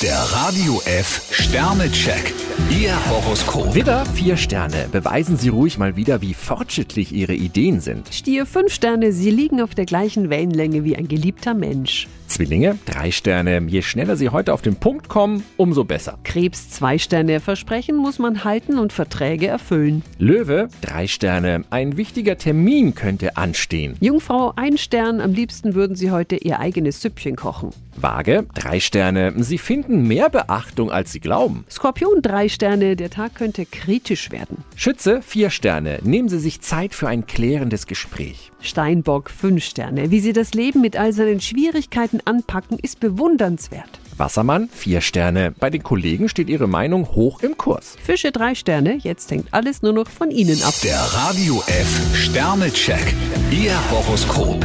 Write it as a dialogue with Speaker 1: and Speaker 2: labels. Speaker 1: Der Radio F Sternecheck. Ihr Horoskop.
Speaker 2: Widder, vier Sterne. Beweisen Sie ruhig mal wieder, wie fortschrittlich Ihre Ideen sind.
Speaker 3: Stier 5 Sterne, Sie liegen auf der gleichen Wellenlänge wie ein geliebter Mensch.
Speaker 2: Zwillinge, drei Sterne. Je schneller Sie heute auf den Punkt kommen, umso besser.
Speaker 3: Krebs 2 Sterne, Versprechen muss man halten und Verträge erfüllen.
Speaker 2: Löwe, drei Sterne. Ein wichtiger Termin könnte anstehen.
Speaker 3: Jungfrau 1 Stern, am liebsten würden Sie heute Ihr eigenes Süppchen kochen.
Speaker 2: Waage, drei Sterne. Sie finden mehr Beachtung, als Sie glauben.
Speaker 3: Skorpion 3 Sterne, der Tag könnte kritisch werden.
Speaker 2: Schütze, vier Sterne. Nehmen Sie sich Zeit für ein klärendes Gespräch.
Speaker 3: Steinbock 5 Sterne, wie Sie das Leben mit all seinen Schwierigkeiten anpacken, ist bewundernswert.
Speaker 2: Wassermann, vier Sterne. Bei den Kollegen steht Ihre Meinung hoch im Kurs.
Speaker 3: Fische 3 Sterne, jetzt hängt alles nur noch von Ihnen ab.
Speaker 1: Der Radio F Sternecheck. Ihr Horoskop.